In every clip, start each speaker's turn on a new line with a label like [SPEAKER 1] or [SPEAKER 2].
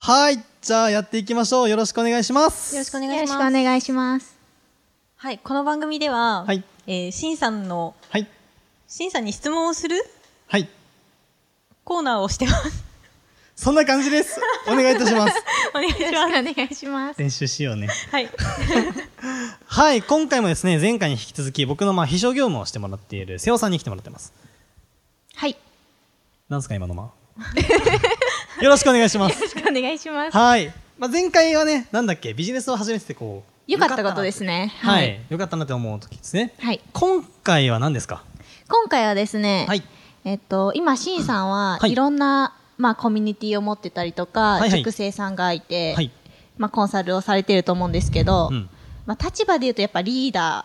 [SPEAKER 1] はい、じゃあやっていきましょう。よろしくお願いします。
[SPEAKER 2] よろしくお
[SPEAKER 3] よ
[SPEAKER 2] 願
[SPEAKER 3] ろ
[SPEAKER 2] い
[SPEAKER 3] し
[SPEAKER 2] し
[SPEAKER 3] くお
[SPEAKER 2] ます。
[SPEAKER 3] 願いします。
[SPEAKER 2] はい、この番組では、
[SPEAKER 1] はい
[SPEAKER 2] えー、しんさんの、
[SPEAKER 1] はい、
[SPEAKER 2] しんさんに質問をする
[SPEAKER 1] はい、
[SPEAKER 2] コーナーをしてます。
[SPEAKER 1] そんな感じです。 お願いいたします。
[SPEAKER 2] お願いし
[SPEAKER 3] よ
[SPEAKER 2] ます。
[SPEAKER 3] ろしくお願いします。
[SPEAKER 1] 練習しようね。
[SPEAKER 2] はい。
[SPEAKER 1] はい、今回もですね、前回に引き続き、僕のまあ秘書業務をしてもらっている瀬尾さんに来てもらってます。
[SPEAKER 3] はい。よ
[SPEAKER 1] なんですか、今の 間。よろしくお願いします。
[SPEAKER 3] ろしくお願いします。
[SPEAKER 1] はい、まあ、前回はね、なんだっけ、ビジネスを始めてて、こう。
[SPEAKER 3] 良かったことですね。
[SPEAKER 1] 良かった。はい、。良かったなって思う時ですね。
[SPEAKER 3] はい。
[SPEAKER 1] 今回は何ですか。
[SPEAKER 3] 今回はですね、
[SPEAKER 1] はい、
[SPEAKER 3] えっと、今、シンさんは
[SPEAKER 1] はい
[SPEAKER 3] いろんな、まあ、コミュニティを持ってたりと
[SPEAKER 1] はい
[SPEAKER 3] か、
[SPEAKER 1] はい
[SPEAKER 3] 塾生さんがいて、
[SPEAKER 1] はい、
[SPEAKER 3] まあ、コンサルをされてると思うんですけど、
[SPEAKER 1] うん、
[SPEAKER 3] まあ、立場で言うとやっぱリーダ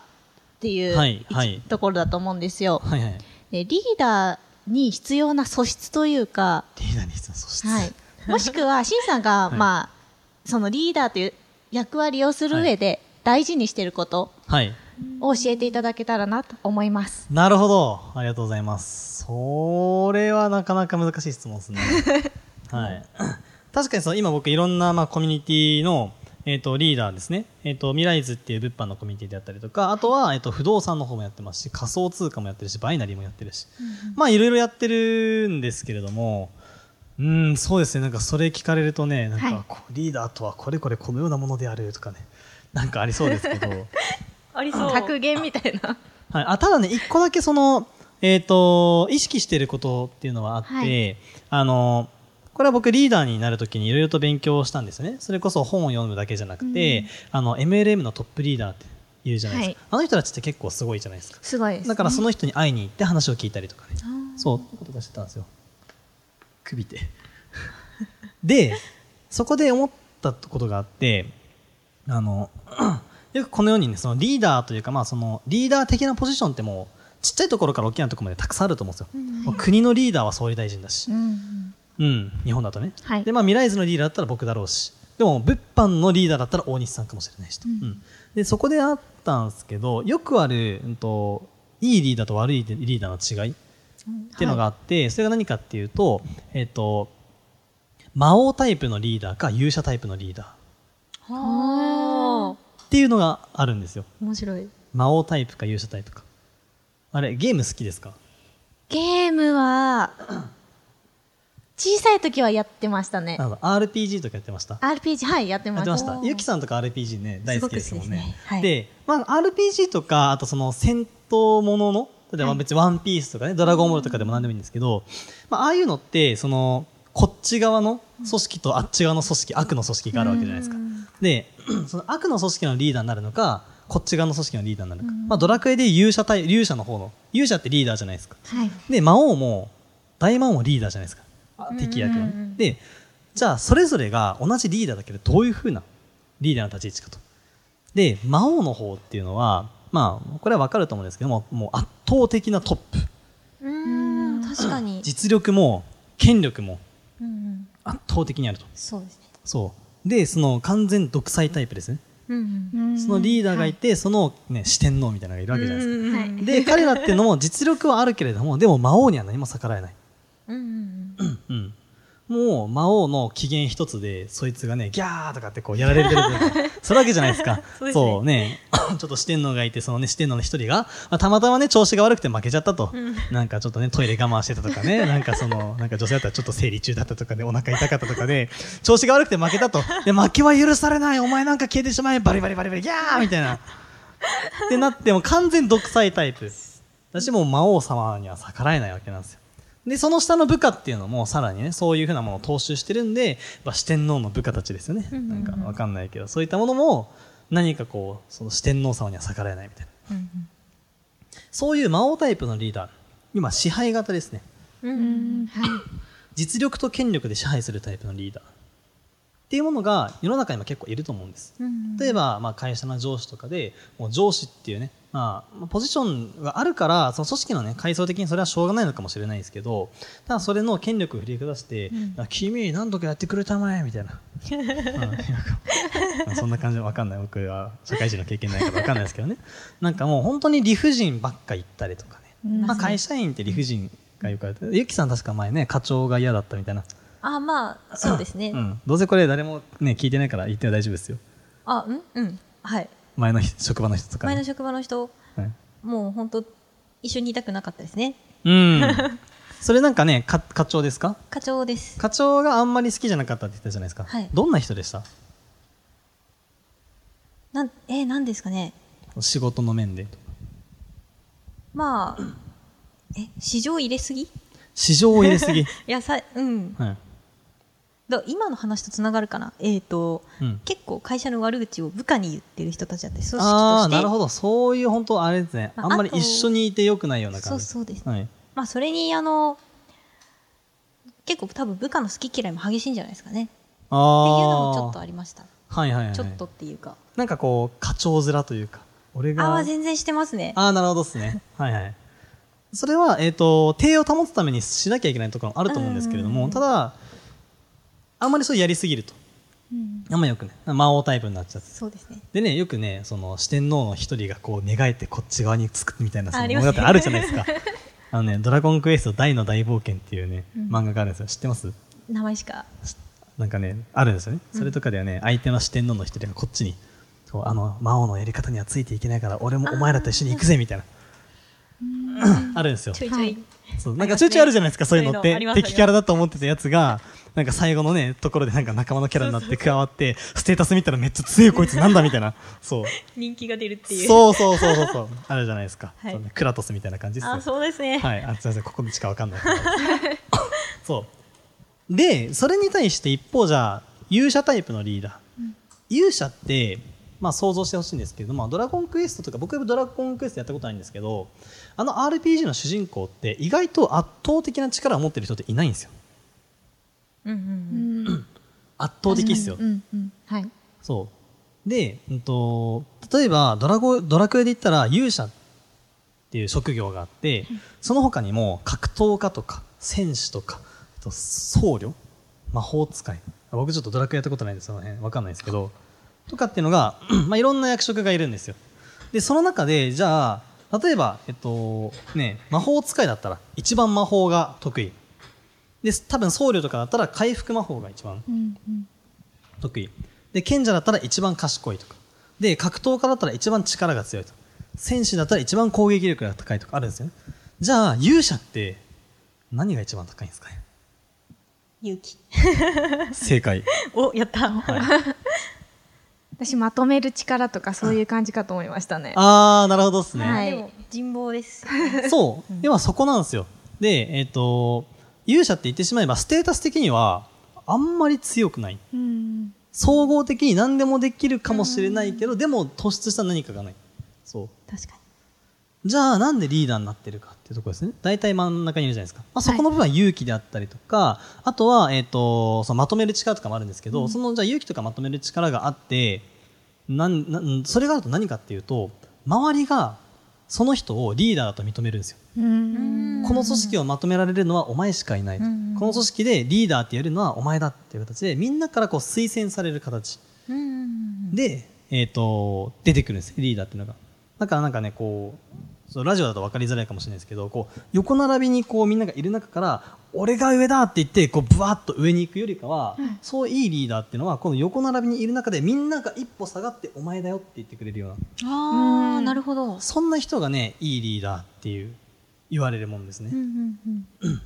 [SPEAKER 3] ーっていう、
[SPEAKER 1] はいはい
[SPEAKER 3] ところだと思うんですよ。
[SPEAKER 1] はい、はい。
[SPEAKER 3] でリーダーに必要な素質というか、
[SPEAKER 1] リーダーに質問素質。
[SPEAKER 3] はい、 もしくは、シンさんが、
[SPEAKER 1] はい
[SPEAKER 3] まあ、そのリーダーという役割をする上で大事にしていること
[SPEAKER 1] はい。
[SPEAKER 3] を教えていただけたらなと思います。
[SPEAKER 1] なるほど。ありがとうございます。それはなかなか難しい質問です ね。はい。確かにその今僕いろんなまあコミュニティのえっ、とリーダーですね。えっ、とミライズっていう物販のコミュニティであったりとか、あとはえっ、と不動産の方もやってますし、仮想通貨もやってるし、バイナリーもやってるし、まあいろいろやってるんですけれども、うん、そうですね。なんかそれ聞かれるとね、なん
[SPEAKER 3] はい
[SPEAKER 1] かこうリーダーとはこれこれこのようなものであるとかね、なんかありそうですけど。
[SPEAKER 2] ありそう。
[SPEAKER 3] 格言みたいな。
[SPEAKER 1] はい、あただね、一個だけその、えっ、と、意識してることっていうのはあって、
[SPEAKER 3] はい
[SPEAKER 1] あの、これは僕リーダーになるときにいろいろと勉強したんですよね。それこそ本を読むだけじゃなくて、あの、MLM のトップリーダーって言うじゃないですか。あの人たちって結構すごいじゃないですか。
[SPEAKER 3] すごいです、
[SPEAKER 1] だからその人に会いに行って話を聞いたりとかね。そう、ということがしてたんですよ。首手。 で、そこで思ったことがあって、あの、 よくこのようにね、そのリーダーというか、まあそのリーダー的なポジションってもう、ちっちゃいところから大きなところまでたくさんあると思うんですよ。もう国のリーダーは総理大臣だし
[SPEAKER 3] う、んうん
[SPEAKER 1] うん、日本だとね。
[SPEAKER 3] はい
[SPEAKER 1] で、まあ未来図のリーダーだったら僕だろうし、でも物販のリーダーだったら大西さんかもしれないしと。
[SPEAKER 3] うん
[SPEAKER 1] うんで、そこであったんですけど、よくある、うんと、いいリーダーと悪いリーダーの違いっていうのがあって、それが何かっていうと、えっ、と、魔王タイプのリーダーか勇者タイプのリーダー
[SPEAKER 2] おー
[SPEAKER 1] っていうのがあるんですよ。
[SPEAKER 3] 面白い。
[SPEAKER 1] 魔王タイプか勇者タイプか。あれ、ゲーム好きですか
[SPEAKER 3] ゲームは、小さい時はやってましたね
[SPEAKER 1] な。んだ ?RPG とかやってました
[SPEAKER 3] RPG、はい、やって
[SPEAKER 1] や
[SPEAKER 3] ま
[SPEAKER 1] っ
[SPEAKER 3] してた。
[SPEAKER 1] ました。ゆきさんとか RPG ね、大好きですもんね。
[SPEAKER 3] すごく好きですねはい
[SPEAKER 1] で、まあ、RPG とか、あとその戦闘ものの、例えば別にワンピースとかね、ドラゴンボールとかでも何でもいいんですけど、まあ、ああいうのって、その、こっち側の組織とあっち側の組織、悪の組織があるわけじゃないですか。で、その悪の組織のリーダーになるのか、こっち側の組織のリーダーになるのか。まあ、ドラクエで勇者対、勇者の方の、勇者ってリーダーじゃないですか。
[SPEAKER 3] はい。
[SPEAKER 1] で魔王も大魔王もリーダーじゃないですかあ敵役のね、でじゃあそれぞれが同じリーダーだけどどういうふうなリーダーの立ち位置かとで魔王の方っていうのはまあこれは分かると思うんですけどももう圧倒的なトップ
[SPEAKER 2] うん、確かに。
[SPEAKER 1] 実力も権力も
[SPEAKER 2] うんうん、
[SPEAKER 1] 圧倒的にあると
[SPEAKER 2] そうですね。
[SPEAKER 1] そうでその完全独裁タイプですね
[SPEAKER 2] うん
[SPEAKER 1] そのリーダーがいて、その、ね、四天王みたいなのがいるわ
[SPEAKER 2] うん。
[SPEAKER 1] けじゃないですか、
[SPEAKER 2] うんうん
[SPEAKER 1] で彼らっていうのも実力はあるけれどもでも魔王には何も逆らえない
[SPEAKER 2] うん
[SPEAKER 1] うん、もう魔王の機嫌一つでそいつが ねギャーとかってこうやられてるというかそれわけじゃないですか
[SPEAKER 2] そうですね
[SPEAKER 1] そうね ちょっと四天王がいてそのね四天王の一人が、まあ、たまたまね調子が悪くて負けちゃったと、
[SPEAKER 2] ん
[SPEAKER 1] なんかちょっとねトイレ我慢してたとか ねなんかそのなんか女性だったらちょっと生理中だったとかねお腹痛かったとかで、調子が悪くて負けたとで負けは許されないお前なんか消えてしまえバリバリバリバリギャーみたいなってなっても完全独裁タイプ私もう魔王様には逆らえないわけなんですよでその下の部下っていうのもさらにねそういうふうなものを踏襲してるんで、まあ、四天王の部下たちですよね、なんかわかんないけどそういったものも何かこうその四天王様には逆らえないみたいな
[SPEAKER 2] うん
[SPEAKER 1] そういう魔王タイプのリーダー今支配型ですね
[SPEAKER 2] うん。
[SPEAKER 3] はい。
[SPEAKER 1] 実力と権力で支配するタイプのリーダーっていうものが世の中にも結構いると思うんです。例えば、まあ、会社の上司とかでもう上司っていうね、まあ、ポジションがあるからその組織の、ね、階層的にそれはしょうがないのかもしれないですけどただそれの権力を振り下して「あ君何とかやってくれたまえ」みたいな、うん そんな感じわかんない僕は社会人の経験ないからわかんないですけどねなんかもう本当に理不尽ばっか言ったりとかね、まあ、会社員って理不尽がよくあるゆきさん確か前ね課長が嫌だったみたいな、
[SPEAKER 2] あ、まあ、そうですね
[SPEAKER 1] う。ん、どうせこれ誰も、ね、聞いてないから言っては大丈夫ですよ
[SPEAKER 2] あ、うんうん。はい。
[SPEAKER 1] 前の人職場の人とかね、
[SPEAKER 2] 前の職場の人、
[SPEAKER 1] はい
[SPEAKER 2] もう本当、一緒にいたくなかったですね。
[SPEAKER 1] うん。それなんかね、か課長ですか
[SPEAKER 2] 課長です。
[SPEAKER 1] 課長があんまり好きじゃなかったって言ったじゃないですか。
[SPEAKER 2] はい
[SPEAKER 1] どんな人でした
[SPEAKER 2] なん、えー、なんですかね。
[SPEAKER 1] 仕事の面で。
[SPEAKER 2] まあ、え、市場入れすぎい
[SPEAKER 1] 市場を入れす ぎ。
[SPEAKER 2] や、さ、うん。
[SPEAKER 1] はい。
[SPEAKER 2] だ今の話とつながるかな。えっ、と、
[SPEAKER 1] うん。
[SPEAKER 2] 結構会社の悪口を部下に言ってる人たちだって、組織として。
[SPEAKER 1] ああ、なるほど。そういう本当あれですね。
[SPEAKER 2] ま
[SPEAKER 1] あ
[SPEAKER 2] あ
[SPEAKER 1] んまり
[SPEAKER 2] あと
[SPEAKER 1] 一緒にいて良くないような
[SPEAKER 2] そ
[SPEAKER 1] 感
[SPEAKER 2] う
[SPEAKER 1] じ。
[SPEAKER 2] そうです。
[SPEAKER 1] はい。
[SPEAKER 2] まあ、それに、あの、結構多分部下の好き嫌いも激しいんじゃないですかね。って
[SPEAKER 1] ああ。
[SPEAKER 2] いうのもちょっとありました。
[SPEAKER 1] はいはいはい。
[SPEAKER 2] ちょっとっ。ていうか。
[SPEAKER 1] なんかこう、課長面というか、俺が。
[SPEAKER 2] ああ、全然してますね。
[SPEAKER 1] ああ、なるほどですね。はいはい。それは、えっ、と、体を保つためにしなきゃいけないところもあると思うんですけれども、
[SPEAKER 2] うん
[SPEAKER 1] ただ、あんまりそうやりすぎると。あんまよくね、魔王タイプになっちゃって。
[SPEAKER 2] そうですね。
[SPEAKER 1] でね、よくね、その四天王の一人がこう、寝返ってこっち側につくみたいな、その
[SPEAKER 2] あり
[SPEAKER 1] 物
[SPEAKER 2] ます
[SPEAKER 1] 語
[SPEAKER 2] ね
[SPEAKER 1] あるじゃないですか。あのね、ドラゴンクエスト大の大冒険っていうね、
[SPEAKER 2] うん
[SPEAKER 1] 漫画があるんですよ。知ってます
[SPEAKER 2] 名前しか。
[SPEAKER 1] なんかね、あるんですよね。それとかではね、相手の四天王の一人がこっちに、こうあの、魔王のやり方にはついていけないから、俺もお前らと一緒に行くぜ、みたいな。 あるんですよ。
[SPEAKER 2] ちょいちょい。
[SPEAKER 3] はい
[SPEAKER 1] そうなんかちょいちょいあるじゃないですか、そういうのっ
[SPEAKER 2] そうい
[SPEAKER 1] て
[SPEAKER 2] うのあり。ます
[SPEAKER 1] 敵キャラだと思ってたやつが、なんか最後のね、ところでなんか仲間のキャラになって加わって、ステータス見たらめっちゃ強いこいつなんだみたいな。そう。
[SPEAKER 2] 人気が出るっていう。
[SPEAKER 1] そうそうそうそうそう。あるじゃないですか。
[SPEAKER 2] はい
[SPEAKER 1] そうねクラトスみたいな感じですよ
[SPEAKER 2] あ、そうですね。
[SPEAKER 1] はい。あ、すいません、ここでしかわかんない。そう。で、それに対して一方じゃあ、勇者タイプのリーダー。勇者って、まあ想像してほしいんですけど、まあドラゴンクエストとか、僕はドラゴンクエストやったことないんですけど、あの RPG の主人公って意外と圧倒的な力を持ってる人っていないんですよ。
[SPEAKER 2] うんうんうん。
[SPEAKER 1] 圧倒的ですよ。
[SPEAKER 3] うんうんはい。
[SPEAKER 1] そう。で、うんと、例えばドラゴ、ドラクエで言ったら勇者っていう職業があって、その他にも格闘家とか戦士とか、あと僧侶、魔法使い。あ僕ちょっとドラクエやったことないんで、その辺わかんないですけど、とかっていうのが、 まあいろんな役職がいるんですよ。で、その中で、じゃあ、例えば、えっと、ね、魔法使いだったら一番魔法が得意。で、多分僧侶とかだったら回復魔法が一番
[SPEAKER 3] うんうん
[SPEAKER 1] 得意で賢者だったら一番賢いとかで格闘家だったら一番力が強いと戦士だったら一番攻撃力が高いとかあるんですよねじゃあ勇者って何が一番高いんですか ね
[SPEAKER 2] 勇気。
[SPEAKER 1] 正解
[SPEAKER 2] お、やった。
[SPEAKER 3] 私まとめる力とかそういう感じかと思いましたね。
[SPEAKER 1] ああなるほどですね、
[SPEAKER 3] はい
[SPEAKER 2] でも、人望です。
[SPEAKER 1] そう要はそこなんですよでえっ、と勇者って言ってしまえばステータス的にはあんまり強くない
[SPEAKER 3] うん
[SPEAKER 1] 総合的に何でもできるかもしれないけどでも突出した何かがないそう
[SPEAKER 2] 確かに。
[SPEAKER 1] じゃあなんでリーダーになってるかっていうところですね。大体真ん中にいるじゃないですか。まあ、そこの部分は勇気であったりとか、あとは、えっ、と、そのまとめる力とかもあるんですけど、そのじゃあ勇気とかまとめる力があって、なん、なん、それがあると何かっていうと、周りがその人をリーダーだと認めるんですよ。
[SPEAKER 3] うん
[SPEAKER 1] この組織をまとめられるのはお前しかいないと、
[SPEAKER 2] うん
[SPEAKER 1] この組織でリーダーってやるのはお前だっていう形で、みんなからこう推薦される形。
[SPEAKER 2] うんうん
[SPEAKER 1] で、えっと出てくるんですリーダーっていうのがだからなんかねこうそうラジオだと分かりづらいかもしれないですけどこう横並びにこうみんながいる中から俺が上だって言ってこうぶわっと上に行くよりかは、そういいリーダーっていうのはこの横並びにいる中でみんなが一歩下がってお前だよって言ってくれるような
[SPEAKER 2] うん。ああ、なるほど。
[SPEAKER 1] そんな人がねいいリーダーっていう言われるもんですね、
[SPEAKER 2] うんうんうん。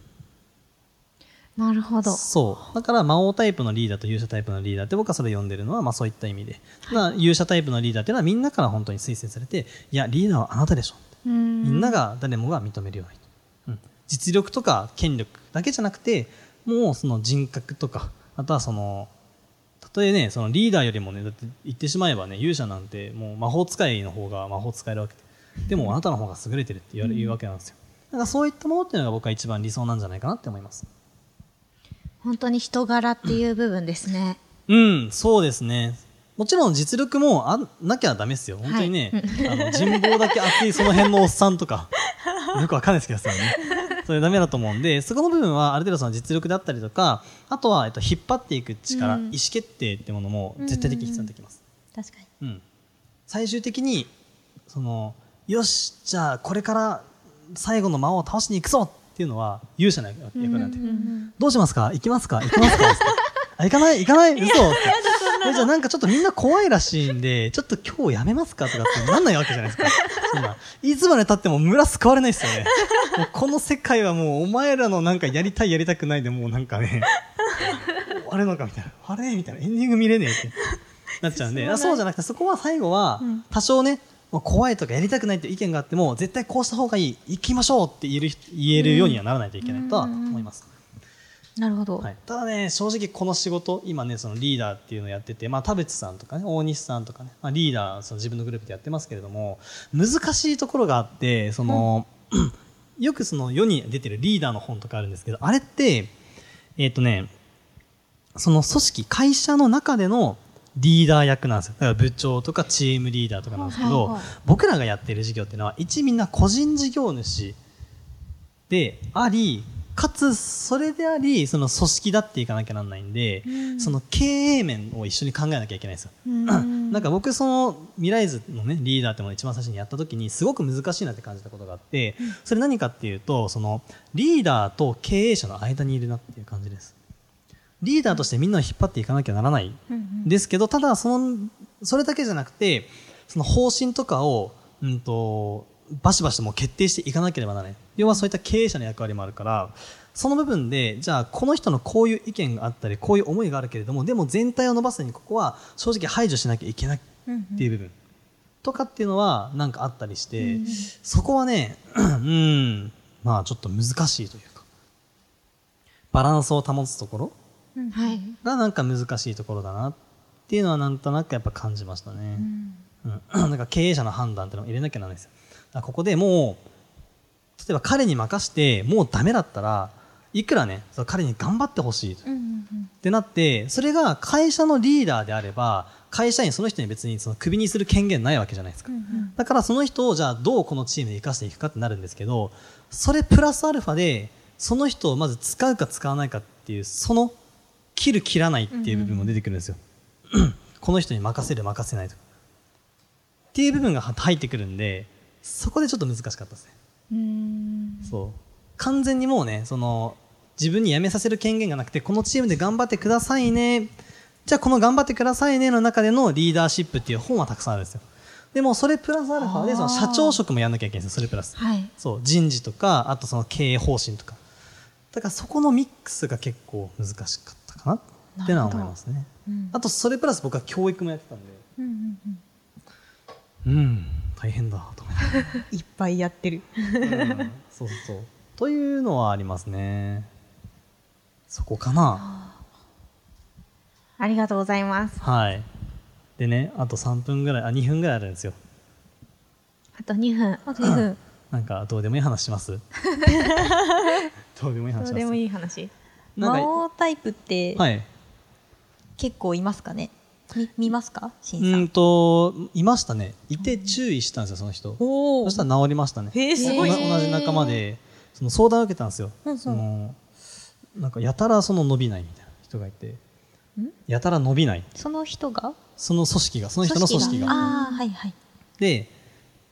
[SPEAKER 3] なるほど。
[SPEAKER 1] そう。だから魔王タイプのリーダーと勇者タイプのリーダーって僕はそれ読んでるのは、まあそういった意味で。まあ勇者タイプのリーダーっていうのはみんなから本当に推薦されて、いや、リーダーはあなたでしょ。
[SPEAKER 3] み
[SPEAKER 1] みん
[SPEAKER 3] ん
[SPEAKER 1] なが誰もが認めるような人。うん実力とか権力だけじゃなくて、もうその人格とか、あとはその、たとえね、そのリーダーよりもね、だって言ってしまえばね、勇者なんてもう魔法使いの方が魔法使えるわけで。でもあなたの方が優れてるって言われるわけなんですよ。なんかそういったものっていうのが僕は一番理想なんじゃないかなって思います。
[SPEAKER 3] 本当に人柄っていう部分ですね。
[SPEAKER 1] うん、そうですね。もちろん実力もあなきゃダメですよ。本当にね、あの人望だけ厚いその辺のおっさんと か、よくわかんないですけどそれね。それダメだと思うんで、そこの部分はある程度その実力だったりとか、あとは、えっと、引っ張っていく力、
[SPEAKER 2] うん
[SPEAKER 1] 意思決定ってものも絶対的に必要になってきます。
[SPEAKER 2] 確かに。
[SPEAKER 1] うん。最終的に、その、よし、じゃあこれから最後の魔王を倒しに行くぞっていうのは勇者の役役割なんで。どうしますか行きますか行きますかあ、行かない行かない嘘ってえじゃあなんかちょっとみんな怖いらしいんで、ちょっと今日やめますかとかってなんないわけじゃないですか。そんないつまで経っても村救われないですよね。もうこの世界はもうお前らのなんかやりたいやりたくないでもうなんかね、終わるのかみたいな。あれみたいな。エンディング見れねえってなっちゃうんで、あそうじゃなくてそこは最後は
[SPEAKER 2] うん
[SPEAKER 1] 多少ね、もう怖いとかやりたくないっていう意見があっても絶対こうした方がいい行きましょうって言える言えるようにはならないといけないとは思います。
[SPEAKER 2] なるほど。
[SPEAKER 1] はい、ただね正直この仕事今ねそのリーダーっていうのをやってて、まあ、田淵さんとかね大西さんとかね、まあ、リーダーその自分のグループでやってますけれども難しいところがあってその、 よくその世に出てるリーダーの本とかあるんですけどあれってえっ、とねその組織会社の中でのリーダー役なんですよだから部長とかチームリーダーとかなんですけど、
[SPEAKER 3] はいはい
[SPEAKER 1] 僕らがやってる事業っていうのは一みんな個人事業主でありかつそれでありその組織だっていかなきゃなんないんで、その経営面を一緒に考えなきゃいけないんですよ。 なんか僕その未来図のねリーダーってものを一番最初にやった時にすごく難しいなって感じたことがあってそれ何かっていうとそのリーダーと経営者の間にいるなっていう感じですリーダーとしてみんなを引っ張っていかなきゃならないですけどただそのそれだけじゃなくてその方針とかを、うん、とバシバシともう決定していかなければならない要はそういった経営者の役割もあるからその部分でじゃあこの人のこういう意見があったりこういう思いがあるけれどもでも全体を伸ばすにここは正直排除しなきゃいけないっていう部分とかっていうのはなんかあったりして、そこはねうんまあちょっと難しいというかバランスを保つところ
[SPEAKER 3] はい。
[SPEAKER 1] がなんか難しいところだなっていうのはなんとなくやっぱ感じましたね、うん、 なんか経営者の判断ってのを入れなきゃならないですよだからここでもう例えば彼に任してもうダメだったらいくらねその彼に頑張ってほしいとってなってそれが会社のリーダーであれば会社員その人に別にそのクビにする権限ないわけじゃないですか、だからその人をじゃあどうこのチームで生かしていくかってなるんですけどそれプラスアルファでその人をまず使うか使わないかっていうその切る切らないっていう部分も出てくるんですよ、 この人に任せる任せないとかっていう部分が入ってくるんでそこでちょっと難しかったですねそう完全にもうねその自分に辞めさせる権限がなくてこのチームで頑張ってくださいねじゃあこの頑張ってくださいねの中でのリーダーシップっていう本はたくさんあるんですよでもそれプラスアルファでその社長職もやんなきゃいけないんですよそれプラス
[SPEAKER 3] はい。
[SPEAKER 1] そう人事とかあとその経営方針とかだからそこのミックスが結構難しかったかなってのは思いますね、あとそれプラス僕は教育もやってたんでうん大変だと思いながら
[SPEAKER 2] いっぱいやってる。
[SPEAKER 1] うんそうそう。というのはありますね。そこかな。
[SPEAKER 3] ありがとうございます。
[SPEAKER 1] はい。でね、あと3分ぐらい、あ、2分ぐらいあるんですよ。
[SPEAKER 3] あと2分。
[SPEAKER 2] あと2分。
[SPEAKER 1] なんか、どうでもいい話しますどうでもいい話
[SPEAKER 3] ど
[SPEAKER 1] しま
[SPEAKER 3] う
[SPEAKER 1] す
[SPEAKER 3] でもいい話。
[SPEAKER 1] なんか
[SPEAKER 2] 魔王タイプって
[SPEAKER 1] はい。
[SPEAKER 2] 結構いますかね。み見ますか、し
[SPEAKER 1] うん
[SPEAKER 2] さん。
[SPEAKER 1] んと、いましたね。いて注意したんですよ、その人。
[SPEAKER 2] お
[SPEAKER 1] そしたら治りましたね。
[SPEAKER 2] へえす
[SPEAKER 3] ごい
[SPEAKER 1] 同じ同じ仲間で、その相談を受けたんですよ。
[SPEAKER 2] うんうん
[SPEAKER 1] そのなんか、やたらその伸びないみたいな人がいて、やたら伸びない。
[SPEAKER 2] その人が。
[SPEAKER 1] その組織が、その人の組織が。
[SPEAKER 2] ああ、はいはい。
[SPEAKER 1] で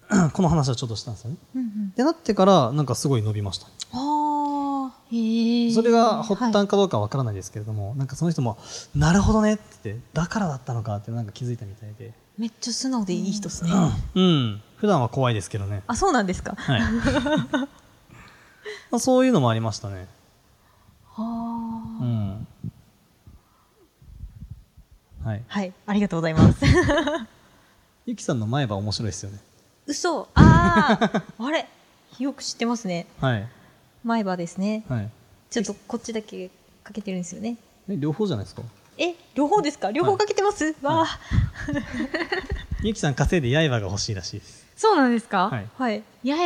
[SPEAKER 1] この話をちょっとしたんですよね。
[SPEAKER 2] うんうん。
[SPEAKER 1] でなってからなんかすごい伸びました、
[SPEAKER 2] ああ、へえ。
[SPEAKER 1] それが発端かどうかわからないですけれども、なんかその人も「なるほどね」って言ってだからだったのかってなんか気づいたみたいで、
[SPEAKER 2] めっちゃ素直でいい人ですね。
[SPEAKER 1] うん、普段は怖いですけどね、
[SPEAKER 2] あ、そうなんですか。
[SPEAKER 1] はい、まあそういうのもありましたね、
[SPEAKER 2] は
[SPEAKER 1] う
[SPEAKER 2] あ。
[SPEAKER 1] んはい、
[SPEAKER 2] はい、ありがとうございます。
[SPEAKER 1] ゆきさんの前歯面白いですよね
[SPEAKER 2] 嘘。あ あ、あれ、よく知ってますね。
[SPEAKER 1] はい
[SPEAKER 2] 前歯ですね。
[SPEAKER 1] はい
[SPEAKER 2] ちょっとこっちだけかけてるんですよね。
[SPEAKER 1] え両方じゃないですか
[SPEAKER 2] え、両方ですか。両方かけてます。わあ、
[SPEAKER 1] ゆきさん稼いで刃が欲しいらしいです。
[SPEAKER 3] そうなんですか、
[SPEAKER 1] はい
[SPEAKER 2] はい。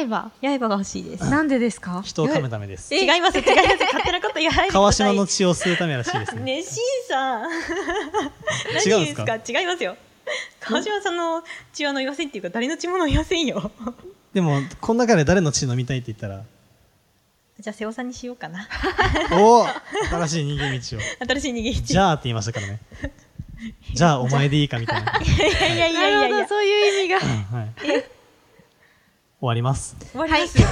[SPEAKER 3] 刃。
[SPEAKER 2] 刃が欲しいです。
[SPEAKER 3] なんでですか
[SPEAKER 1] 人を噛むためです。
[SPEAKER 2] 違います、違います。勝手なこと言わないでください。
[SPEAKER 1] 川島の血を吸うためらしいですね。
[SPEAKER 2] ね、しん
[SPEAKER 1] 違
[SPEAKER 2] さん。
[SPEAKER 1] うん
[SPEAKER 2] 何
[SPEAKER 1] で
[SPEAKER 2] ですす
[SPEAKER 1] か
[SPEAKER 2] か違いますよ。川島さんの血は飲みませんっていうか、誰の血も飲みませんよ。
[SPEAKER 1] でも、この中で誰の血飲みたいって言った ら、
[SPEAKER 2] じゃあ、瀬尾さんにしようかな。
[SPEAKER 1] おお新しい逃げ道を。
[SPEAKER 2] 新しい逃げ
[SPEAKER 1] じゃあって言いましたからね。じゃあお前でいいかみた いな。はい
[SPEAKER 2] いやいやいやいやい
[SPEAKER 3] なるほ
[SPEAKER 2] や
[SPEAKER 3] ど、。そういう意味が。
[SPEAKER 1] 終わります。
[SPEAKER 2] 終わりますよ。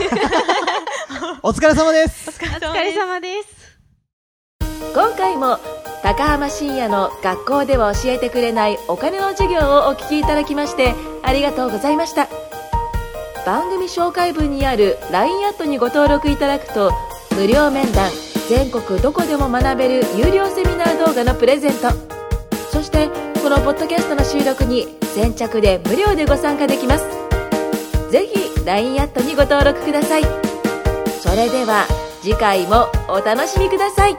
[SPEAKER 1] お疲れ様です
[SPEAKER 2] お疲れ
[SPEAKER 3] お
[SPEAKER 2] 様
[SPEAKER 3] 疲
[SPEAKER 2] で
[SPEAKER 3] れ
[SPEAKER 2] す。
[SPEAKER 3] 様です。
[SPEAKER 4] 今回も高浜深也の学校では教えてくれないお金の授業をお聞きいただきましてありがとうございました番組紹介文にある LINE アットにご登録いただくと無料面談全国どこでも学べる有料セミナー動画のプレゼントそしてこのポッドキャストの収録に先着で無料でご参加できますぜひ LINE アットにご登録くださいそれでは次回もお楽しみください